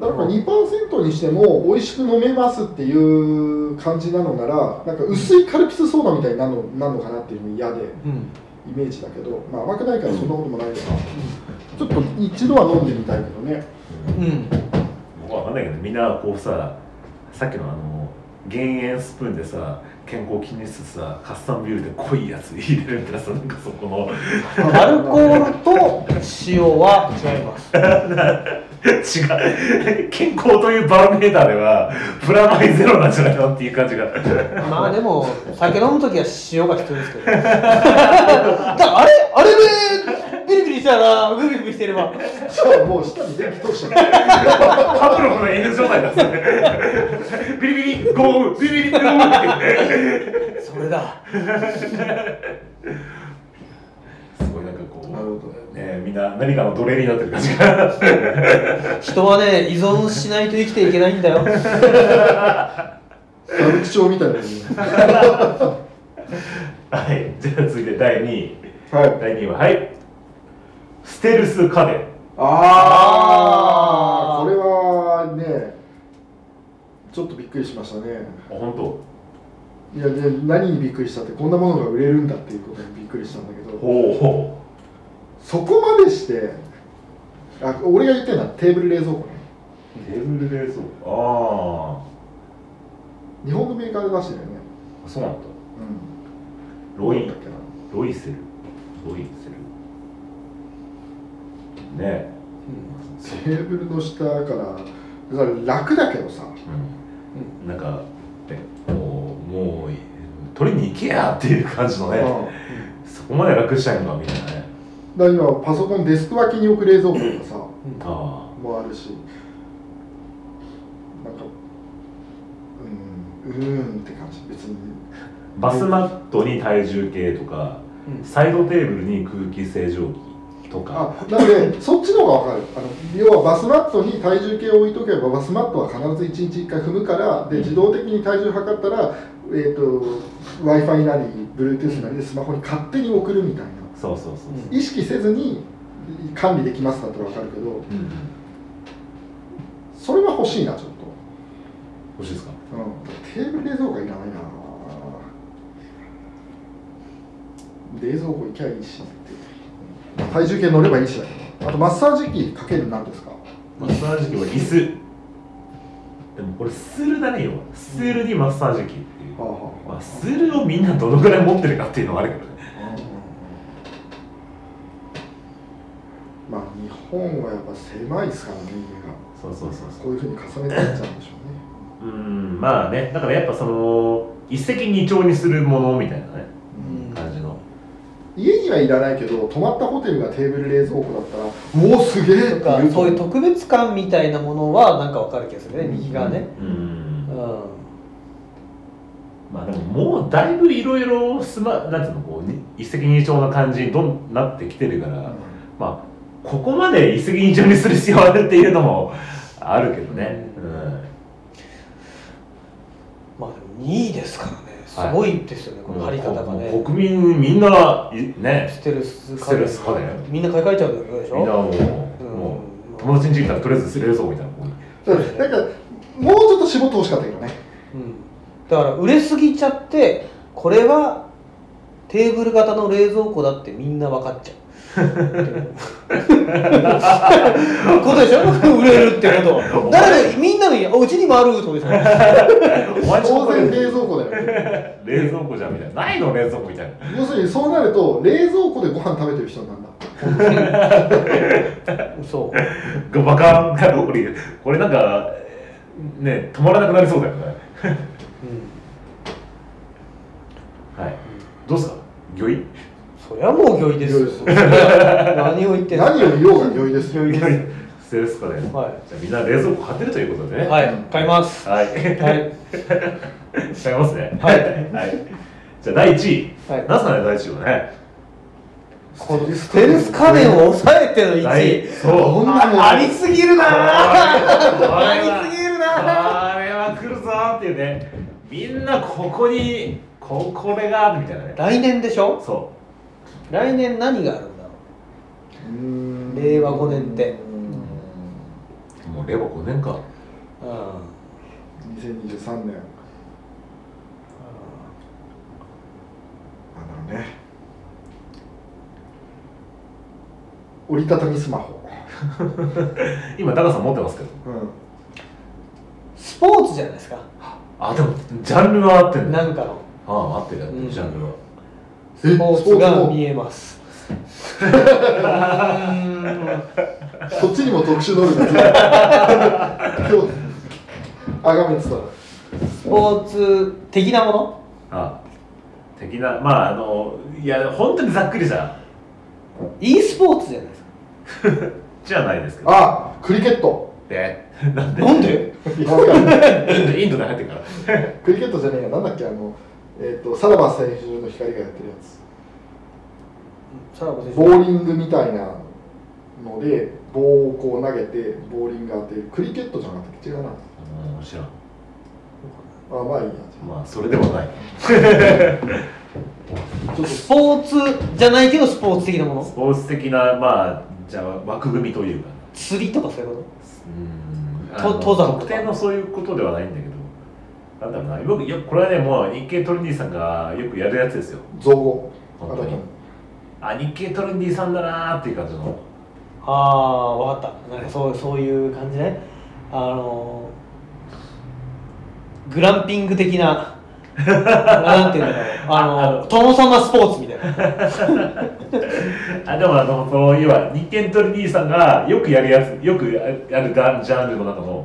C: だから2%にしても美味しく飲めますっていう感じなのならなんか薄いカルピスソーダみたいになるのなのかなっていうのも嫌で
B: うん
C: イメージだけど、まあ、甘くないからそんなこともないのか、ちょっと一度は飲んでみたいけどね
B: うん
A: 僕はわかんないけどみんなこうささっきのあの減塩スプーンでさ健康気にしつつさカスタムビールで濃いやつ入れるみたいなさなんかそこの
B: アル コールと塩は違います
A: 違う健康というバロメーターではプラマイゼロなんじゃないのっていう感じが
B: まあでも酒飲む時は塩が必要です けどだからあれあれでビリビリしたらグビグビしてれば
C: じゃあもう舌に電気通しちゃって
A: パブロフの犬状態だったねビリビリゴービリビリゴーって
B: それだ
A: すごいなんかこう
C: なるほどね
A: ねみんな何かの奴隷になってる感じが
B: 人はね依存しないと生きていけないん だよ
C: 歌舞伎町みたいなのに
A: はいじゃあ続いて第2位
C: はい
A: 第2位ははいステルス家電
C: ああこれはねちょっとびっくりしましたね
A: あ本
C: いやで何にびっくりしたってこんなものが売れるんだっていうことにびっくりしたんだけ
A: 当
C: ど
A: ほうほ
C: そこまでしてあ俺が言ってるのはテーブル冷蔵庫ね
A: うテーブル冷蔵庫
C: 日本のメーカーで出してるよね
A: ああそうなんだ
C: うん
A: ロイ
C: どうだったっ
A: ロイセルロイセルね
C: けなテーブルの下からだから楽だけどさ
A: え、うん、なんかねもうもう取りに行けやっていう感じのね、
C: うん
A: そこまで楽したいのかみたいなね
C: だから今パソコンデスク脇に置く冷蔵庫とかさ
A: あ
C: もあるしなんかうーんうーんって感じ別に
A: あバスマットに体重計とか、
B: うん
A: サイドテーブルに空気清浄機
E: と
A: と
E: か
C: あなのでそっちの方が分かるあの要はバスマットに体重計を置いとけばバスマットは必ず1日1回踏むからで自動的に体重測ったら、えー、と w i f i なり Bluetooth なりでスマホに勝手に送るみたいな
E: そうそうそう、
C: 意識せずに管理できますだったら分かるけど
E: うん、
C: それは欲しいなちょっと、
E: 欲しいですか
C: うん、テーブル冷蔵庫はいらないな冷蔵庫行きゃいいしって体重計乗ればいいしだけどあとマッサージ機かけるなんですか
A: マッサージ機は椅子でもこれスールだねよスールにマッサージ機っていう、まあ、スールをみんなどのぐらい持ってるかっていうのはあるけどね
C: まあ日本はやっぱ狭いですからね家が
A: そうそうそうそ
C: こういうふうに重ねていっちゃうんでしょうね
A: ううんまあねだからやっぱその一石二鳥にするものみたいなね感じの
C: 家にはいらないけど泊まったホテルがテーブル冷蔵庫だったら「おおすげえ!」って
B: とか
C: 言うと
B: そう
C: 思
B: いう特別感みたいなものはなんかわかる気がするね右側ね
A: うん
B: うん
A: まあでももうだいぶいろいろスマなんていうのこうに一石二鳥な感じにどんなってきてるから、まあここまで一石二鳥にする必要あるっていうのもあるけどね、うん
B: まあでも2位ですからねすごいですよね、この張り方が
A: もう
B: ね
A: 国民みんないね
B: ステルス
A: ステルス家電
B: みんな買い替えちゃうってことでしょ
A: みんなもう,、
B: うん
A: もう友達に来たらとりあえず冷蔵庫みたいなもん
C: うなんかもうちょっと絞ってほしかったけどね
B: うん、だから売れすぎちゃってこれはテーブル型の冷蔵庫だってみんな分かっちゃうことでしょ売れるってことはだからみんなの家あうちにもあると思うでしょ
A: お前ちょ
C: 当
A: っと
C: 然冷蔵庫だよね
A: 冷蔵庫じゃんみたいなないの冷蔵庫みたいな
C: 要するにそうなると冷蔵庫でご飯食べてる人なんだ
B: そう
A: バカがこれこれなんかね止まらなくなりそうだよね
B: うん
A: はいどうすか魚い
B: そりゃもう御意ですよ
C: 御意です
B: 何を言ってんの
C: 何を言おうが良いですよ
A: ステルス家電
B: は
A: じゃあみんな冷蔵庫買ってるということでね
B: い、はい、買います
A: はい、
B: はい
A: 違いますね
B: はい
A: はい、じゃあ第1位、
B: はい
A: なんすかね第1位はね
B: このステルス家電を抑えての1位
A: 第そう
C: こんなもん
B: ありすぎるなあ
A: あ
B: りすぎるな
A: あれは来るぞーっていうねみんなここにここれがみたいなね
B: 来年でしょ
A: そ
B: 来年何があるんだろう令
C: 令
B: 和5年って
A: うもう令和5年か
B: う
C: 2023年なんだろうね折りたたみスマホ
A: 今高さん持ってますけど
C: うん
B: んスポーツじゃないですか
A: あでもジャンルは合ってるね
B: なんかの
A: ああ合ってる合って
B: うん
A: るジャンルは
B: スポー
C: スポ
B: ツ
C: ーツ
B: が
C: も
B: 見えます
C: そっちにも特殊能力がついてる今日あがめてた
B: スポーツ的なもの
A: ああ的なまああのいや本当にざっくりした
B: e スポーツじゃないですか
A: じゃないですけど
C: あクリケット
A: でなんで
B: なんで
A: インドインドで入ってるから
C: クリケットじゃねえやなんだっけあのえっ、とさらば青春の光がやってるやつ
B: さらば選手
C: ボーリングみたいなので棒をこう投げてボーリング当てるクリケットじゃなくて違うな
A: うん知らん
C: あまあいいや
A: まあそれではない
C: ちょっ
B: スポーツじゃないけどスポーツ的なも
A: ス
B: の
A: ポーツ的なまあじゃあ枠組みというか
B: 釣りとかそういうこ
A: うん
B: と登山とか
A: 特定のそういうことではないんだけどなんだろうな僕いやこれはねもう日経トレンディさんがよくやるやつですよ
C: と造語
A: 本当にあ日経トレンディさんだなーっていう感じの
B: とああ分かったなんかそうそういう感じねあのーグランピング的ななんていうんだろう あのー殿様スポーツみたいな
A: あでもあのその要は日経トレンディさんがよくやるやつよくやるやるジャンジャンルの中の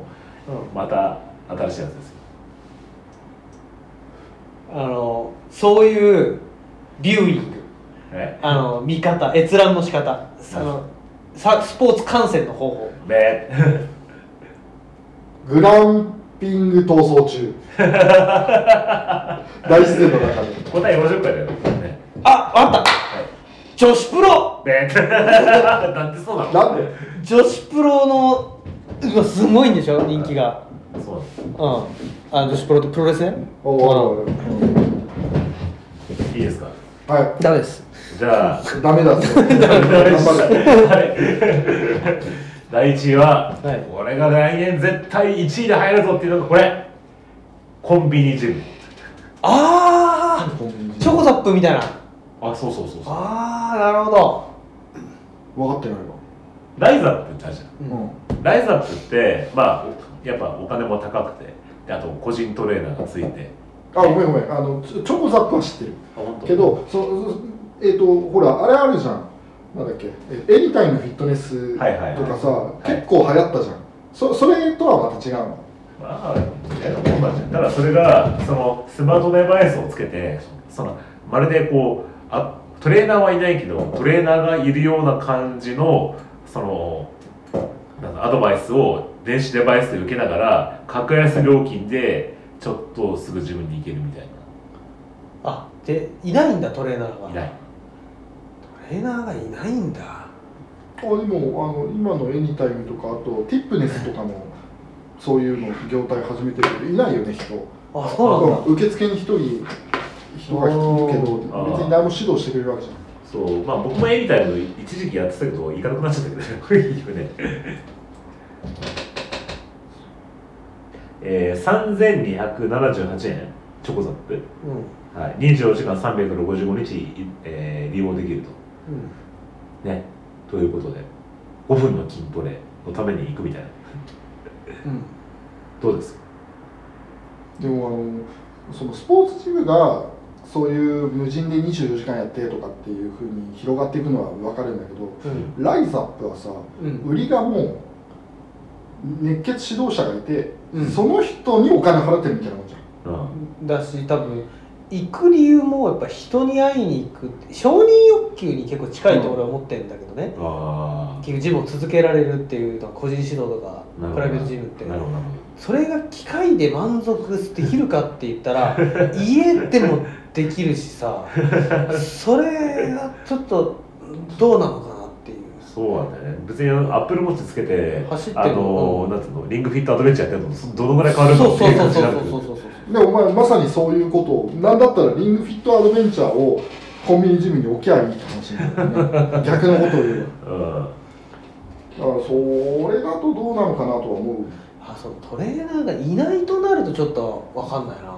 A: また新しいやつですよ
B: あのそういうビューイング
A: ね
B: あの見方閲覧の仕方あのさスポーツ観戦の方法
A: で
C: グランピング逃走 中大自然の中で
A: 答え4 0回だよね
B: あわかった女子プロ
A: で なんでそうなの
C: なんで
B: 女子プロのうわすごいんでしょ人気が
F: そうなんです
B: うんあ女子プロとプロレスね
C: おお
A: いいですか
C: は
B: ダメです
A: じゃあ
C: いダメだって 頑張れ
A: はい第1位は、
B: はい
A: これが来年絶対1位で入るぞっていうのがこれコンビニジム
B: ああチョコザップみたいな
F: あそうそうそうそう
B: ああなるほど
C: 分かってないわ
A: ライザップってあるじゃん
C: うん
A: ライザップってまあやっぱお金も高くてであと個人トレーナーがついて
C: あごめんごめんあのチョチョコザップは知ってる
A: あ本
C: けどそそえっ、とほらあれあるじゃんなんだっけえエリタイムフィットネスと
A: はいはいはい
C: かさ、
A: はい
C: 結構流行ったじゃんそそれとはまた違うの
A: まあみたいなもんなんじゃんただそれがそのスマートデバイスをつけてそのまるでこうあトレーナーはいないけどトレーナーがいるような感じのそのなんかアドバイスを電子デバイスで受けながら格安料金でちょっとすぐ自分に行けるみたい
B: あでいないんだトレーナーが
A: ないない
B: トレーナーがいないんだ
C: あでもあの今のエニタイムとかあとティップネスとかもそういうの業態始めてるけどいないよね人
B: あそうなんだ
C: うん受付に一人人が聞くけど
A: あー
C: 別に何も指導してくれるわけじゃん
A: そうまあ僕もエリタイム一時期やってたけど行かなくなっちゃったけど結局ね えー、3278円チョコザップ
B: うん、
A: はい、24時間365日、いえー利用できる
B: うん、
A: と。ね。ということで、5分の筋トレのために行くみたいな。
B: うん、
A: どうですか
C: でもあのそのスポーツジムがそういう無人で24時間やってとかっていうふうに広がっていくのは分かるんだけど
B: うん、
C: ライザップはさ
B: うん、
C: 売りがもう熱血指導者がいて、
B: うん
C: その人にお金払ってるみたいなもんじゃん
A: うん。
B: だし多分行く理由もやっぱ人に会いに行くって承認欲求に結構近いと俺は思ってるんだけどね、
A: あ
B: 結局ジムを続けられるっていうのは個人指導とか
A: なるほど
B: プライベートジムって
A: あ。なるほど、なるほ
B: それが機械で満足できるかって言っ たら家でもできるしさそれがちょっとどうなのかなっていう
A: ど。そうなんだよね。別にあのアップルウォッチつけて、
B: 走って
A: あ
B: る
A: の、
B: うん
A: なんつうの、リングフィットアドベンチャーやってるのとどのぐらい変わるか
B: そ
A: って
B: うそう
A: いう
B: そう
A: 感じ
B: そ
A: に
B: う
A: なるけ
B: そう
A: ど。
B: そうそう
C: でお前まさにそういうことをなんだったらリングフィットアドベンチャーをコンビニジムに置きゃいいって話になるよね逆の
A: うん。
C: ことを言えばだからそれだとどうなのかなとは思う
B: あそうトレーナーがいないとなるとちょっと分かんない
A: だ
B: な
A: か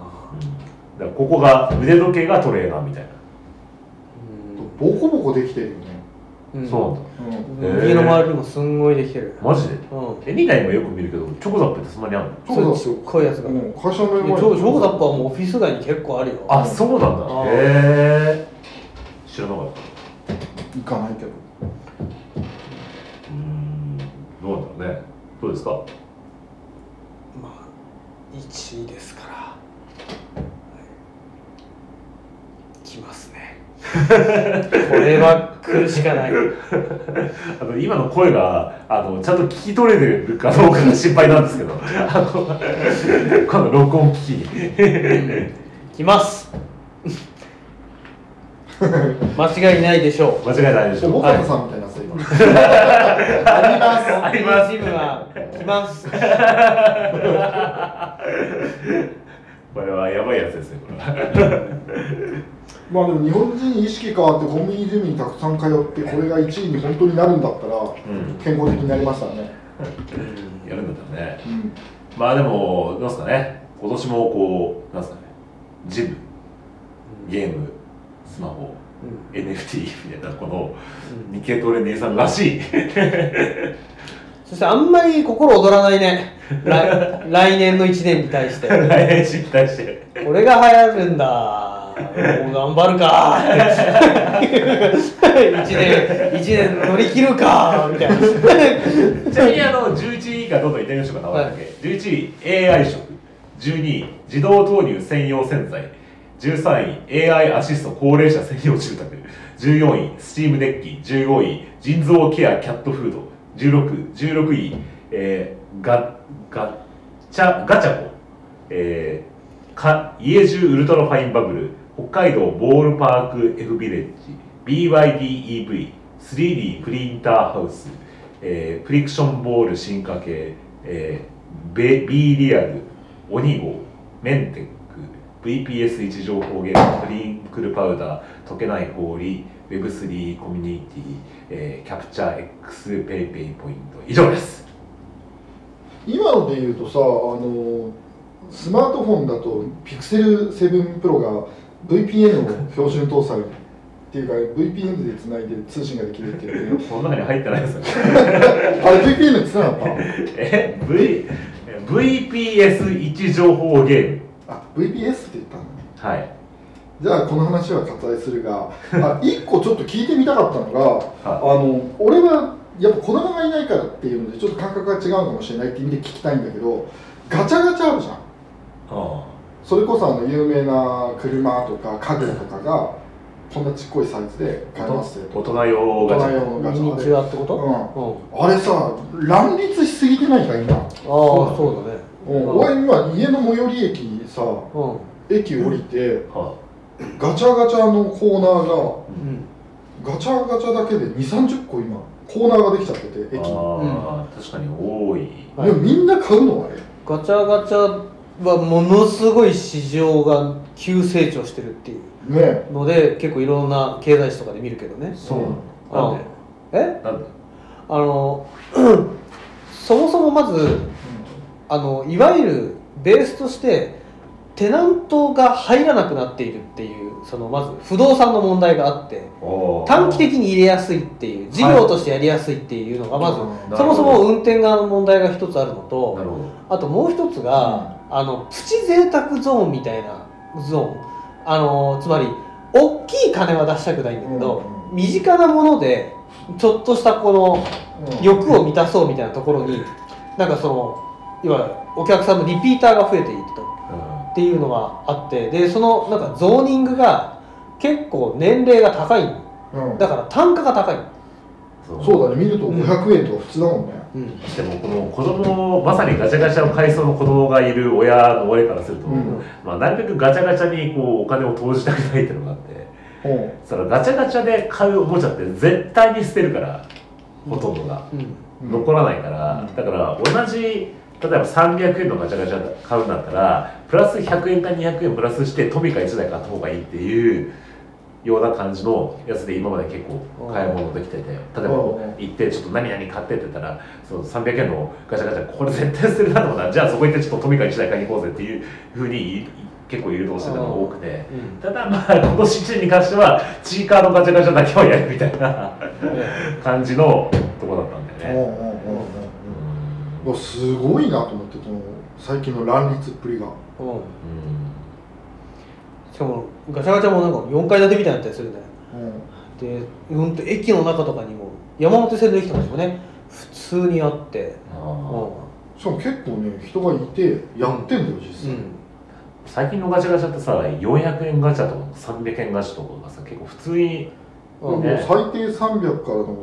A: らここが、腕時計がトレーナーみたいな。
C: ボコボコできてるよね、
B: うん
A: そうなんだ。
C: うん
A: へー
B: 家の周りにもすんごいできてる
A: マジで
B: うん
A: エニタイムはよく見るけど、チョコザップってそんなにあるの
C: そうだ
B: ち
C: そう
B: っこいやつがいや
C: ん、会社の
B: ジ
C: 目の前
B: ョジョーザップはもうオフィス街に結構あるよ
A: あ、そうなん
B: あ
A: だ。
B: ー
A: へえ。知らなかった。
C: 行かないけど
A: うーんどうなんだろうねどうですか
B: まあ1位ですから、はい、来ますねこれは来るしかない
A: あの今の声があのちゃんと聞き取れてるかどうかが心配なんですけどあのこの録音機器
B: 来ます間違いないでしょう
A: 間違いないでしょ
C: 小
A: う、は
C: 保
A: い
C: 方、さんみたいなさ今
B: あります。
A: あります
B: ジムは来ます。
A: これはやばいやつですねこれは
C: まあでも日本人意識変わってコンビニジムにたくさん通ってこれが1位に本当になるんだった
A: ん
C: ら健康的になりましたね、
A: やるんだったらね
C: うん、
A: まあでもなんすかね今年もこうなんすかねジムゲームスマホ NFT みたいなこの日経トレ姉さんらしい
B: そしてあんまり心躍らないね。来来年の1年に対して。
A: 来年失敗して
B: これが流行るんだ。もう頑張るか。1年、一年乗り切るか。みたいな。
A: ちなみにあの11位以下どんどんいってみましょうか名前だけ、11位 AI 食12位自動投入専用洗剤13位 AI アシスト高齢者専用住宅14位スチームデッキ15位腎臓ケアキャットフード1616位、えー、ガガチャガチャコ、えー、か家中ウルトラファインバブル北海道ボールパーク F ビレッジ BYDEV、3D プリンターハウス、えープリクションボール進化系、えーベ B リアル、オニゴ、メンテック、VPS 位置情報ゲーム、プリンクルパウダー、溶けない氷、Web3 コミュニティ、えーキャプチャー X ペイペイポイント、以上です。
C: 今ので言うとさあのスマートフォンだと Pixel7 Pro が VPN を標準搭載っていうか VPN でつないで通信ができるっていうね
A: この中に入ってないですよね。
C: あれ VPN つながった
A: え v、VPS 位置情報ゲーム。
C: あ VPS って言ったんだ
A: は
C: ね
A: い。
C: じゃあこの話は割愛するがあ一個ちょっと聞いてみたかったのがあ
A: は
C: の俺はやっぱ子供がいないからっていうのでちょっと感覚が違うのかもしれないって意味で聞きたいんだけどガチャガチャあるじゃん
A: あ
C: それこそあの有名な車とか家具とかがこんなちっこいサイズで買えますよ
A: 大人用
C: 大
A: ガチ
C: 人
A: ャ。
C: 用のガチ
B: ミニ
C: ャ
B: チ
C: で
B: ュアってこと、
C: あれさ乱立しすぎてないか今、
B: うん、ああそうだね
C: うん、俺今家の最寄り駅さ
B: うん
C: 駅降りて
A: は
C: ガチャガチャのコーナ
B: うん
C: ーがガチャガチャだけで2 3 0個今コーナーができちゃってて駅
A: あ
C: に
A: あー、確かに多い。
B: はい
C: でもみんな買うのあれ
B: ガチャガチャはものすごい市場が急成長してるっていう
C: ね
B: ので結構いろんな経済誌とかで見るけどね
A: そうな
B: うん
A: の。
B: え
A: なんでなんで
B: あのそもそもまずあのいわゆるベースとしてテナントが入らなくなっているっていうそのまず不動産の問題があって
A: おー
B: 短期的に入れやすいっていう事業としてやりやすいっていうのがまず、
A: うん
B: そもそ
A: なる
B: も
A: ほど
B: 運転側の問題が一つあるのと
A: なるほど。
B: あともう一つが、あのプチ贅沢ゾーンみたいなゾーンあのつまり大きい金は出したくないんだけど、
C: うんう
B: 身近なものでちょっとしたこの
C: うん
B: 欲を満たそうみたいなところになんかそのいわゆるお客さんのリピーターが増えていると
A: うん
B: っていうのがあってでそのなんかゾーニングが結構年齢が高い
C: うん
B: だから単価が高い、
A: そう
C: そうだね見ると500円とか普通だもんね
B: うん
A: でもこの子供まさにガチャガチャを買いそうな子供がいる親の親からすると、
C: うん
A: まあ、なるべくガチャガチャにこうお金を投じたくないっていうのがあって
C: うん
A: そのガチャガチャで買うおもちゃって絶対に捨てるからほとんどが、
B: うん
C: うん
A: 残らないから、
C: うん
A: だから同じ例えば300円のガチャガチャ買うんだったらプラス100円か200円プラスしてトミカ1台買った方がいいっていうような感じのやつで今まで結構買い物できてて例えば
C: うん
A: 行ってちょっと何々買ってって言ったらその300円のガチャガチャこれ絶対捨てるなと思ったらじゃあそこ行ってちょっとトミカ1台買いに行こうぜっていうふうに結構誘導してたのが多くてただまあ今年1年に関してはチーカーのガチャガチャだけはやるみたいな感じのとこだったんだよね。
C: うんうんうんうんうわすごいなと思ってこの最近の乱立っぷりが
B: うんうん
A: うん
B: しかもガチャガチャもなんか4階建てみたいになったりするんだよ
C: うん
B: で本当駅の中とかにも山手線の駅とかにもね普通にあって
A: あ
C: しかも結構ね人がいてやってんだよ実
B: う
C: 際、
B: ん
A: ー最近のガチャガチャってさ400円ガチャとか300円ガチャとかがさ結構普通に
B: うん
A: ね
C: もう最低300からの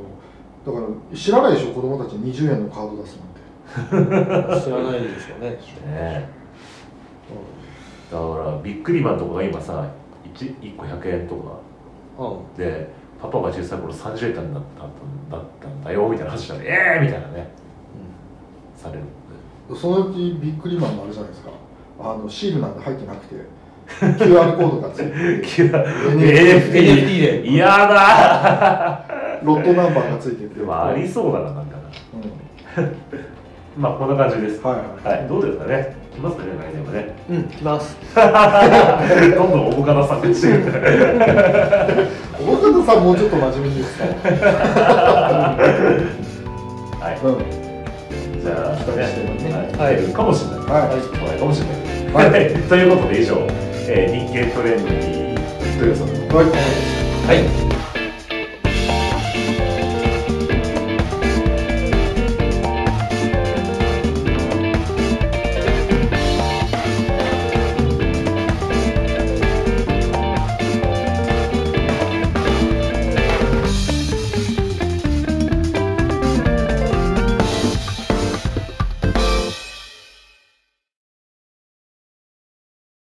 C: だから知らないでしょ子供たちに20円のカード出すなんて
B: 知らないでしょうね
A: ねだからビックリマンとかが今さ 1, 1個100円とか
B: うんうん
A: でパパが小さい頃30円だったんだったんだよみたいな話したらええー、みたいなねされる
C: そのうちビックリマンもあるじゃないですかあのシールなんて入ってなくて QR コードがついてて
A: NFT
B: NFT で
A: 嫌だ
C: ロットナンバーがついてて
A: ーでもありそうだななんかなまあこんな感じです
C: はいはい
A: はい、どうですかね来ますかね来年もね
B: うん来ます
A: どんどんおぼかなさくしてる
C: うん、大方さんもうちょっと真面目にですか、
A: はい
C: うんは
A: じゃあ、
C: 期待してますね
A: はい、出るかもしれない。
C: い
A: 来ないかもしれない。
C: はい
A: はい、ということで以上、えー、日経トレンドに豊さんの
C: はい
B: はい